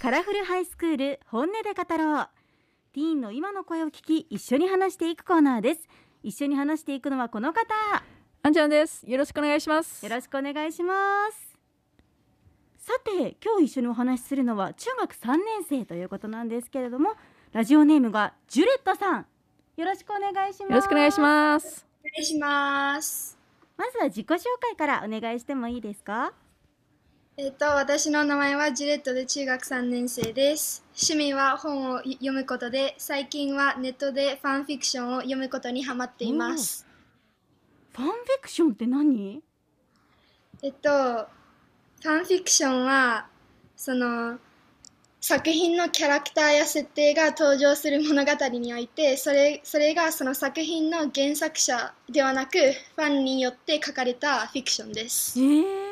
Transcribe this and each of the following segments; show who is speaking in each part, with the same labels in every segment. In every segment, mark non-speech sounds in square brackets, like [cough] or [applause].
Speaker 1: カラフルハイスクール本音で語ろうティーンの今の声を聞き一緒に話していくコーナーです一緒に話していくのはこの方
Speaker 2: あんちゃんです。よろしくお願いします。
Speaker 1: よろしくお願いしますさて今日一緒にお話しするのは中学3年生ということなんですけれどもラジオネームがジュレットさんよろしくお願いします
Speaker 2: よろしくお願いします。
Speaker 3: お願いします。
Speaker 1: まずは自己紹介からお願いしてもいいですか
Speaker 3: えっ、と、私の名前はジュレットで中学3年生です。趣味は本を読むことで、最近はネットでファンフィクションを読むことにハマっています。
Speaker 1: ファンフィクションって何
Speaker 3: えっと、ファンフィクションは、その、作品のキャラクターや設定が登場する物語において、それそれがその作品の原作者ではなく、ファンによって書かれたフィクションです。
Speaker 1: ええ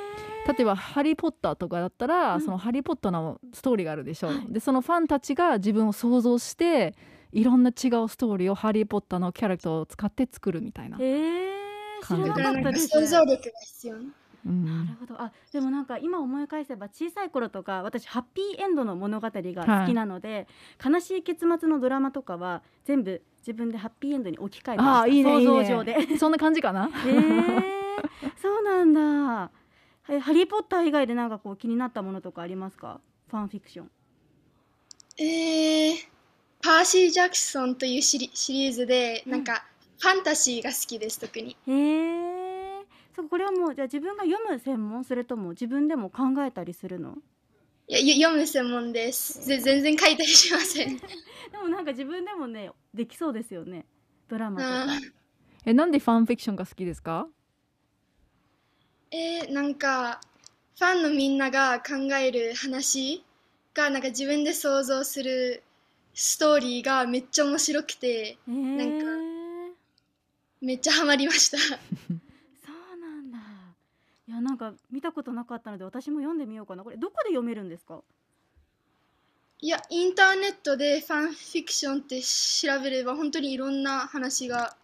Speaker 2: 例えば「ハリー・ポッター」とかだったら、
Speaker 1: うん
Speaker 2: その「ハリー・ポッター」のストーリーがあるでしょう、
Speaker 1: はい
Speaker 2: でそのファンたちが自分を想像していろんな違うストーリーを「ハリー・ポッター」のキャラクターを使って作るみたいな、
Speaker 1: ええ知
Speaker 2: 感じ
Speaker 1: ら
Speaker 2: で
Speaker 1: なか
Speaker 2: す
Speaker 3: だか
Speaker 1: らっ
Speaker 3: な
Speaker 1: た
Speaker 3: んか
Speaker 1: です
Speaker 3: 想像力が必要。
Speaker 2: うん
Speaker 1: なるほどあでもなんか今思い返せば小さい頃とか私ハッピーエンドの物語が好きなので、悲しい結末のドラマとかは全部自分でハッピーエンドに置き換えてました
Speaker 2: あーいいねいいね
Speaker 1: 想像 [laughs] 上でへ
Speaker 2: そんな感じかな
Speaker 1: えそうなんだえハリー・ポッター以外でなんかこう気になったものとかありますかファンフィクション
Speaker 3: えー、パーシー・ジャクソンというシリ、シリーズで、なんか、ファンタジーが好きです、特に。
Speaker 1: へえそうこれはもうじゃあ自分が読む専門それとも自分でも考えたりするの
Speaker 3: いや、よ読む専門です。ぜ全然書いたりしません。
Speaker 1: でもなんか自分でもねできそうですよねドラマとか
Speaker 3: あ
Speaker 2: えなんでファンフィクションが好きで
Speaker 1: [laughs]
Speaker 2: すか
Speaker 3: えー、なんか、ファンのみんなが考える話が、なんか自分で想像するストーリーがめっちゃ面白くて、
Speaker 1: へえ
Speaker 3: なんかめっちゃハマりました。
Speaker 1: そうなんだ。いやなんか見たことなかったので私も読んでみようかな。これどこで読めるんですか？
Speaker 3: いや、インターネットでファンフィクションって調べれば本当にいろんな話が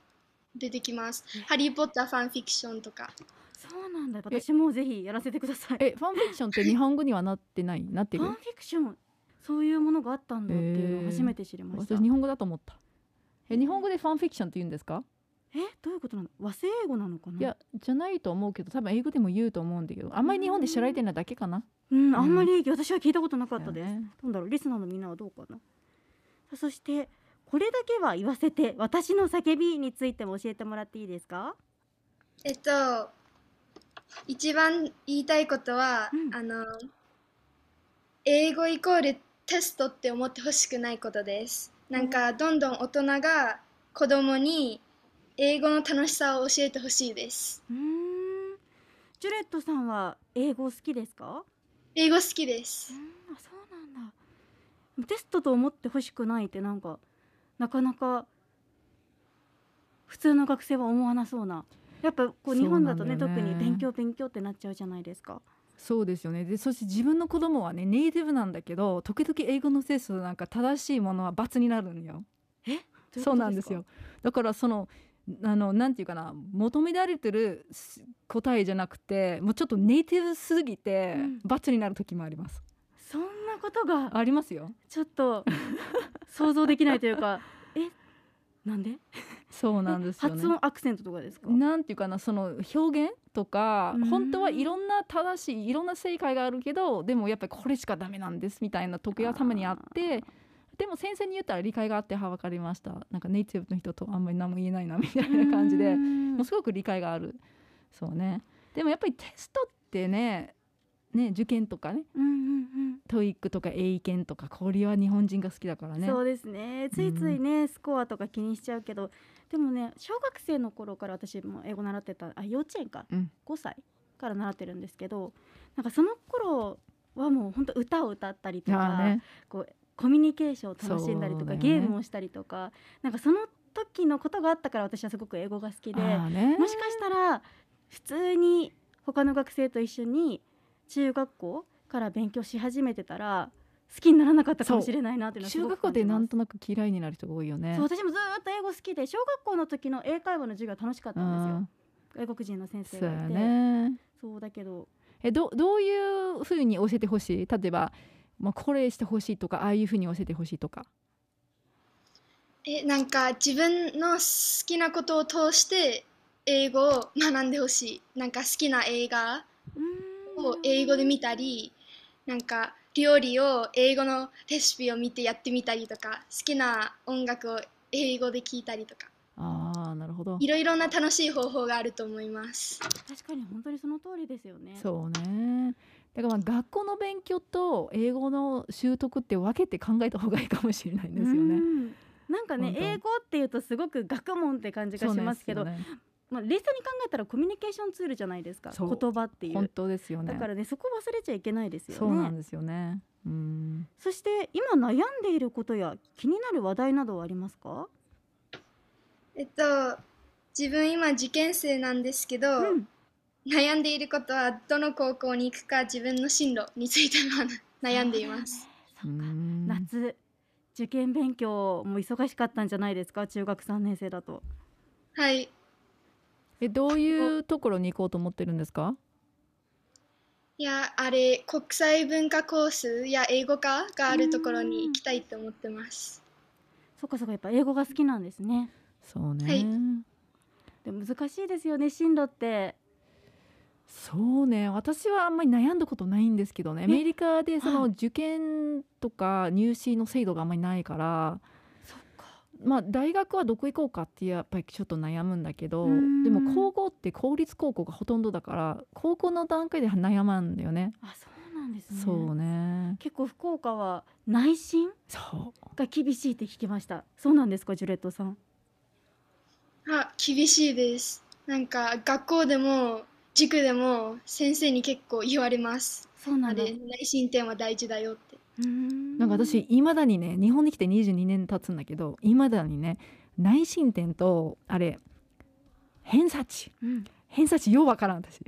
Speaker 3: 出てきます。ハリー・ポッターファンフィクションとか。
Speaker 1: そうなんだ。私もぜひやらせてください。
Speaker 2: えファンフィクションって日本語にはなってないなって
Speaker 1: フ
Speaker 2: る
Speaker 1: ァンフィクションそういうものがあったんだっていうのを初めて知りました。
Speaker 2: 私日本語だと思ったえ日本語でファンフィクションって言うんですか
Speaker 1: えどういうことなの？和製英語なのかな？
Speaker 2: いやじゃないと思うけど多分英語でも言うと思うんだけどあんまり日本で知られてないだけかな
Speaker 1: うんあんまり私は聞いたことなかったです。
Speaker 2: だよね
Speaker 1: なんだろうリスナーのみんなはどうかな。そしてこれだけは言わせて私の叫びについても教えてもらっていいですか？
Speaker 3: えっと、一番言いたいことは、
Speaker 1: うん
Speaker 3: あの、英語イコールテストって思ってほしくないことです。なんか、どんどん大人が子供に英語の楽しさを教えてほしいです。
Speaker 1: うーん。ジュレットさんは英語好きですか？
Speaker 3: 英語好きです
Speaker 1: う。んあそうなんだでもテストと思ってほしくないってなんかなかなか普通の学生は思わなそうなやっぱこう日本だとね
Speaker 2: そうなん
Speaker 1: 特
Speaker 2: だよね
Speaker 1: に勉強勉強ってなっちゃうじゃないですか
Speaker 2: そうですよねでそして自分の子供はねネイティブなんだけど時々英語のテストなんか正しいものは罰になるんよ
Speaker 1: どい
Speaker 2: そ
Speaker 1: こと
Speaker 2: うなんですよだからそのあのなんていうかな求められてるす答えじゃなくてもうちょっとネイティブすぎて
Speaker 1: うん
Speaker 2: 罰になる時もあります、
Speaker 1: そんなことが
Speaker 2: ありますよ
Speaker 1: ちょっと想像できないという
Speaker 2: [laughs]
Speaker 1: かえなんで
Speaker 2: そうなんですよね
Speaker 1: 発音アクセントとかですか
Speaker 2: なんていうかなその表現とか
Speaker 1: うん
Speaker 2: 本当はいろんな正しいいろんな正解があるけどでもやっぱりこれしかダメなんですみたいな時がたまにあってでも先生に言ったら理解があっては分かりましたなんかネイティブの人とあんまり何も言えないなみたいな感じ
Speaker 1: う
Speaker 2: で
Speaker 1: ん
Speaker 2: もうすごく理解があるそうねでもやっぱりテストってねね受験とかね
Speaker 1: うんうんうん
Speaker 2: トイックとか英検とかこれは日本人が好きだからね
Speaker 1: そうですねついついね、スコアとか気にしちゃうけどでもね小学生の頃から私も英語習ってたあ幼稚園か、
Speaker 2: うん
Speaker 1: 5歳から習ってるんですけどなんかその頃はもう本当歌を歌ったりと
Speaker 2: あ
Speaker 1: か、
Speaker 2: あね
Speaker 1: こうコミュニケーションを楽しんだりと
Speaker 2: そう
Speaker 1: か、
Speaker 2: だよね
Speaker 1: ゲームをしたりとかなんかその時のことがあったから私はすごく英語が好きで
Speaker 2: ああね
Speaker 1: もしかしたら普通に他の学生と一緒に中学校から勉強し始めてたら好きにならなかったかもしれないなっていうのはす
Speaker 2: 中
Speaker 1: ご
Speaker 2: 学
Speaker 1: く
Speaker 2: 校
Speaker 1: 感じ
Speaker 2: でな
Speaker 1: ま
Speaker 2: ん
Speaker 1: す
Speaker 2: となく嫌いになる人が多いよね
Speaker 1: そう私もずーっと英語好きで小学校の時の英会話の授業は楽しかったんですよ外国人の先
Speaker 2: そ
Speaker 1: 生
Speaker 2: う
Speaker 1: が
Speaker 2: や
Speaker 1: いてそう,、
Speaker 2: ね
Speaker 1: だけど
Speaker 2: えどどういうふうに教えてほしい例えばまあ、これしてほしいとかああいうふうに教えてほしいとか
Speaker 3: えなんか自分の好きなことを通して英語を学んでほしいなんか好きな映画を英語で見たりなんか料理を英語のレシピを見てやってみたりとか好きな音楽を英語で聴いたりとか
Speaker 2: ああなるほど
Speaker 3: いろいろな楽しい方法があると思います
Speaker 1: 確かに本当にその通りですよね
Speaker 2: そうねだからまあ学校の勉強と英語の習得って分けて考えた方がいいかもしれないですよ
Speaker 1: う
Speaker 2: ね。
Speaker 1: んなんかね
Speaker 2: 本当
Speaker 1: 英語っていうとすごく学問って感じが
Speaker 2: そう
Speaker 1: し
Speaker 2: なん
Speaker 1: ま
Speaker 2: です
Speaker 1: けど
Speaker 2: よね
Speaker 1: まあ、冷静に考えたらコミュニケーションツールじゃないですか
Speaker 2: そう
Speaker 1: 言葉ってい
Speaker 2: 本
Speaker 1: う
Speaker 2: 当ですよね
Speaker 1: だからねそこ忘れちゃいけないです
Speaker 2: そ
Speaker 1: よ
Speaker 2: うなん
Speaker 1: ね
Speaker 2: ですよね。うん
Speaker 1: そして今悩んでいることや気になる話題などはありますか
Speaker 3: えっと自分今受験生なんですけど、
Speaker 1: うん
Speaker 3: 悩んでいることはどの高校に行くか自分の進路についても
Speaker 1: [laughs]
Speaker 3: 悩んでいます
Speaker 1: そっ
Speaker 2: う
Speaker 1: か
Speaker 2: ん
Speaker 1: 夏受験勉強も忙しかったんじゃないですか中学3年生だと
Speaker 3: はい
Speaker 2: えどういうところに行こうと思ってるんですか？
Speaker 3: いやあれ国際文化コースや英語科があるところに行きたいって思ってます
Speaker 1: そっかそっかやっぱ英語が好きなんですね
Speaker 2: そうね、
Speaker 3: はい
Speaker 1: でも難しいですよね進路って
Speaker 2: そうね私はあんまり悩んだことないんですけどねアメリカでその
Speaker 1: はい
Speaker 2: 受験とか入試の制度があんまりないから、
Speaker 1: そっか
Speaker 2: まあ、大学はどこ行こうかってやっぱりちょっと悩むんだけど
Speaker 1: うん
Speaker 2: でも高校って公立高校がほとんどだから高校の段階で悩まんだよね。
Speaker 1: あそうなんですね
Speaker 2: そうね
Speaker 1: 結構福岡は内心
Speaker 2: そう
Speaker 1: が厳しいって聞きましたそうなんですかジュレットさん
Speaker 3: あ厳しいですなんか学校でも塾でも先生に結構言われます
Speaker 1: そうな
Speaker 3: あ
Speaker 1: んだ
Speaker 3: れ内申点は大事だよって
Speaker 1: な
Speaker 2: なんか私いまだにね日本に来て22年経つんだけどいまだにね内申点とあれ偏差値
Speaker 1: うん、ね、
Speaker 2: 偏差値ようわからん私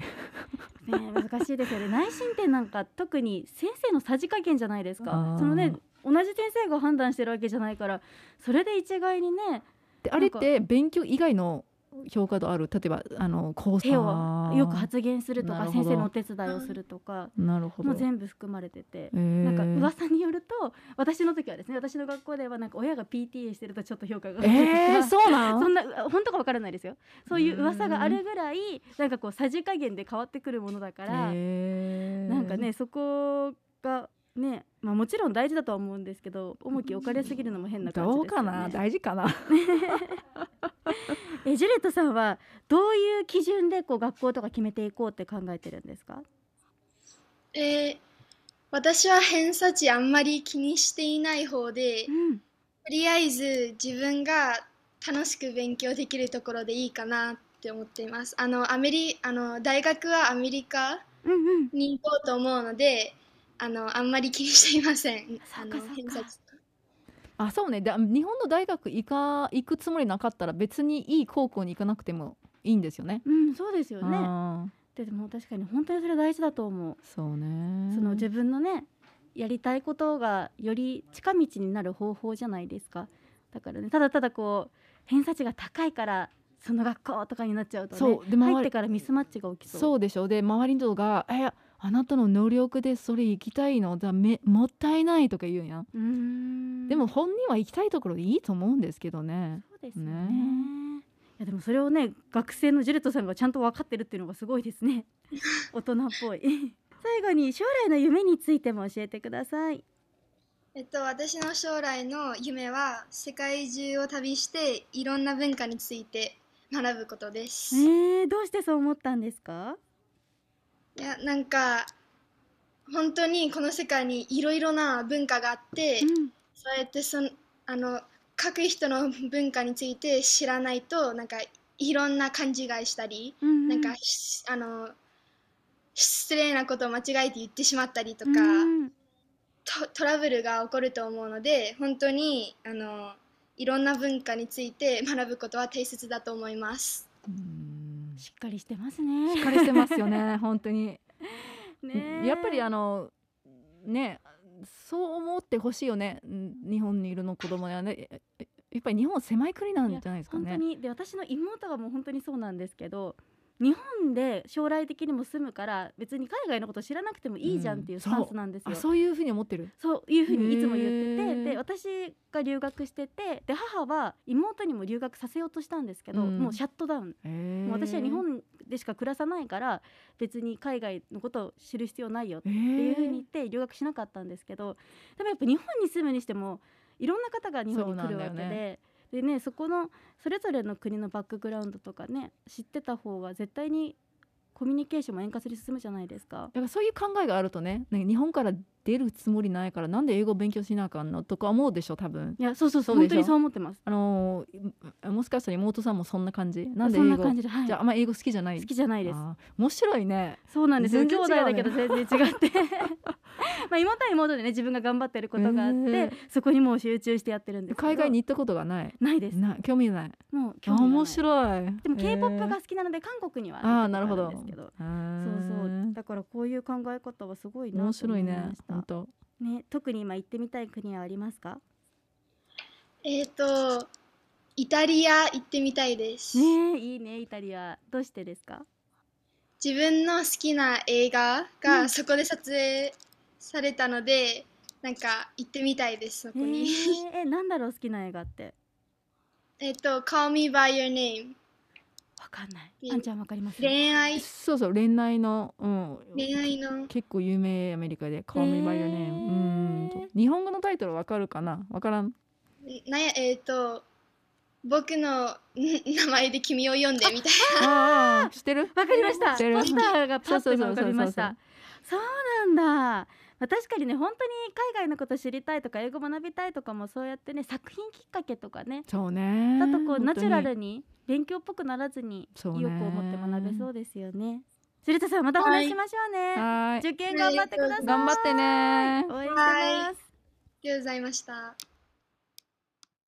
Speaker 1: 難しい
Speaker 2: [laughs]
Speaker 1: ですよね内申点なんか特に先生のさじ加減じゃないですか
Speaker 2: あー
Speaker 1: そのね同じ先生が判断してるわけじゃないからそれで一概にね
Speaker 2: であれって勉強以外の評価度ある例えばあのコース
Speaker 1: 手をよく発言すると
Speaker 2: な
Speaker 1: か
Speaker 2: るほ
Speaker 1: 先
Speaker 2: ど
Speaker 1: 生のお手伝いをするとか
Speaker 2: なるほど
Speaker 1: もう全部含まれてて
Speaker 2: え。ー
Speaker 1: なんか噂によると私の時はですね私の学校ではなんか親が PTA してるとちょっと評価が上がるとか
Speaker 2: えー、そうな
Speaker 1: そ
Speaker 2: の
Speaker 1: んなう本当かわからないですよそういう噂があるぐらいなんかこうさじ加減で変わってくるものだから、
Speaker 2: えー
Speaker 1: なんかねそこがね、まあ、もちろん大事だとは思うんですけど重き置かれすぎるのも変な感じ
Speaker 2: どう
Speaker 1: ですよ
Speaker 2: か
Speaker 1: ね
Speaker 2: な大事かな [laughs]
Speaker 1: えジュレットさんはどういう基準でこう学校とか決めていこうって考えてるんですか
Speaker 3: えー私は偏差値あんまり気にしていない方で
Speaker 1: うん
Speaker 3: とりあえず自分が楽しく勉強できるところでいいかなって思っています。あのアメリあの大学はアメリカ
Speaker 1: うんうん
Speaker 3: に行こうと思うので、あのあんまり気にしていません。
Speaker 1: そ
Speaker 3: あ
Speaker 1: うか
Speaker 3: の
Speaker 1: そうか
Speaker 3: 偏差値
Speaker 2: あそうねだ日本の大学行か行くつもりなかったら別にいい高校に行かなくてもいいんですよね。
Speaker 1: うんそうですよね
Speaker 2: あ
Speaker 1: ででも確かに本当にそれ大事だと思う
Speaker 2: ーそうね
Speaker 1: その自分のねやりたいことがより近道になる方法じゃないですかだからねただただこう偏差値が高いからその学校とかになっちゃうとね
Speaker 2: そうで
Speaker 1: 入っ
Speaker 2: 周
Speaker 1: て
Speaker 2: り
Speaker 1: からミスマッチが起きそう
Speaker 2: そうでしょで周りの人が「えあなたの能力でそれ行きたいのだめもったいない」とか言うやん、
Speaker 1: うーん
Speaker 2: でも本人は行きたいところでいいと思うんですけどね
Speaker 1: そうですよね
Speaker 2: ね
Speaker 1: いやでもそれをね学生のジュレットさんがちゃんと分かってるっていうのがすごいですね大人っぽい [laughs] 最後に将来の夢についても教えてください
Speaker 3: えっと私の将来の夢は世界中を旅していろんな文化について学ぶことです。
Speaker 1: えー、どうしてそう思ったんですか
Speaker 3: いやなんか本当にこの世界にいろいろな文化があって。そうやってそのあの書く人の文化について知らないとなんかいろんな勘違いしたり、
Speaker 1: うん
Speaker 3: なんかしあの失礼なことを間違えて言ってしまったりと
Speaker 1: と
Speaker 3: か、トトラブルが起こると思うので本当にあのいろんな文化について [laughs] 学ぶことは大切だと思います。
Speaker 2: うんし
Speaker 1: しっかりしてますね。
Speaker 2: っかりしてますよ [laughs] ね本当に
Speaker 1: ねえ
Speaker 2: やっぱりあのねそう思ってほしいよねん日本にいるの子供やねええやっぱり日本狭い国なんじゃないですか
Speaker 1: 本当
Speaker 2: ね
Speaker 1: にで私の妹がもう本当にそうなんですけど日本で将来的にも住むから別に海外のこと知らなくてもいいじゃんっていうスタンスなんですよ、
Speaker 2: あそういうふうに思ってる
Speaker 1: そういうふうにいつも言って
Speaker 2: へー
Speaker 1: てで私が留学しててで母は妹にも留学させようとしたんですけど、
Speaker 2: うん
Speaker 1: もうシャットダウン、もう私は日
Speaker 2: っ
Speaker 1: 本でしか暮らさないから別に海外のことを知る必要ないよってていうふうに言って留学しなかったんですけどでもやっぱ日本に住むにしてもいろんな方が日本に来るわけ
Speaker 2: そうなんだよ
Speaker 1: で。でね、そこのそれぞれの国のバックグラウンドとかね知ってた方が絶対にコミュニケーションも円滑に進むじゃないですか。
Speaker 2: だからそういう考えがあるとねなんか日本から出るつもりないからなんで英語勉強しなあかんのとか思うでしょ多分
Speaker 1: いやそうそうそう
Speaker 2: そう
Speaker 1: 本
Speaker 2: でし
Speaker 1: 当
Speaker 2: ょ
Speaker 1: にそう思ってます。
Speaker 2: あのーもしかしたら妹さんもそんな感じなんで
Speaker 1: そん
Speaker 2: 英
Speaker 1: な
Speaker 2: 語
Speaker 1: 感じで、はい、
Speaker 2: じゃああんま英語好きじゃない
Speaker 1: 好きじゃないです
Speaker 2: あー面白いね
Speaker 1: そうなんですよ
Speaker 2: 全
Speaker 1: 兄
Speaker 2: 然違う
Speaker 1: 弟
Speaker 2: ね
Speaker 1: だけど全然違って [laughs] まあ妹は妹でね自分が頑張ってることがあって、
Speaker 2: へえ
Speaker 1: そこにもう集中してやってるんですけど
Speaker 2: 海外に行ったことがない
Speaker 1: ないです
Speaker 2: な興味ない
Speaker 1: もう興
Speaker 2: あ
Speaker 1: 味がない
Speaker 2: 面白い
Speaker 1: でも k p o p
Speaker 2: えー
Speaker 1: が好きなので韓国には
Speaker 2: ああな
Speaker 1: 行
Speaker 2: る
Speaker 1: っ
Speaker 2: ほ
Speaker 1: たことあ
Speaker 2: ど
Speaker 1: んですけど
Speaker 2: あ
Speaker 1: そう
Speaker 2: ー
Speaker 1: そうだからこういう考え方はすごいなと
Speaker 2: 面
Speaker 1: 思
Speaker 2: 白
Speaker 1: い
Speaker 2: いね
Speaker 1: ました
Speaker 2: 本当
Speaker 1: ね特に今行ってみたい国はありますか
Speaker 3: えっ、と、イタリア行ってみたいです。
Speaker 1: ねえいいねイタリアどうしてですか
Speaker 3: 自分の好きな映画
Speaker 1: うん
Speaker 3: がそこで撮影されたので、なんか行ってみたいです、そこ
Speaker 1: え
Speaker 3: に。
Speaker 1: ー、えなんだろう好きな映画って
Speaker 3: えっと、Call Me By Your Name。
Speaker 1: わかんない
Speaker 3: えー
Speaker 1: あんちゃんわかります
Speaker 3: 恋愛、
Speaker 2: そうそう恋愛のうん
Speaker 3: 恋愛の。
Speaker 2: 結構有名アメリカで「Call Me by Your
Speaker 1: へ
Speaker 2: Name
Speaker 1: ー」
Speaker 2: うん日本語のタイトルわかるかなわからん
Speaker 3: なんや、えっ、と、僕の [laughs] ん名前で君を読んでみ
Speaker 1: [laughs]
Speaker 3: たい
Speaker 2: ああ知ってる
Speaker 1: わかりました。
Speaker 2: 知ってる
Speaker 1: ポスターがパッと浮かびました。そうなんだ。まあ確かにね本当に海外のこと知りたいとか英語学びたいとかもそうやってね作品きっかけとかね
Speaker 2: そうね
Speaker 1: だとこ
Speaker 2: 本当
Speaker 1: う
Speaker 2: に
Speaker 1: ナチュラルに勉強っぽくならずに意
Speaker 2: そうね
Speaker 1: 欲を持って学べそうですよね。鶴田さんまたお話ししましょうね。
Speaker 2: はーい
Speaker 1: 受験頑張ってください。
Speaker 2: 頑張ってね
Speaker 1: 応援してます。
Speaker 3: でございました。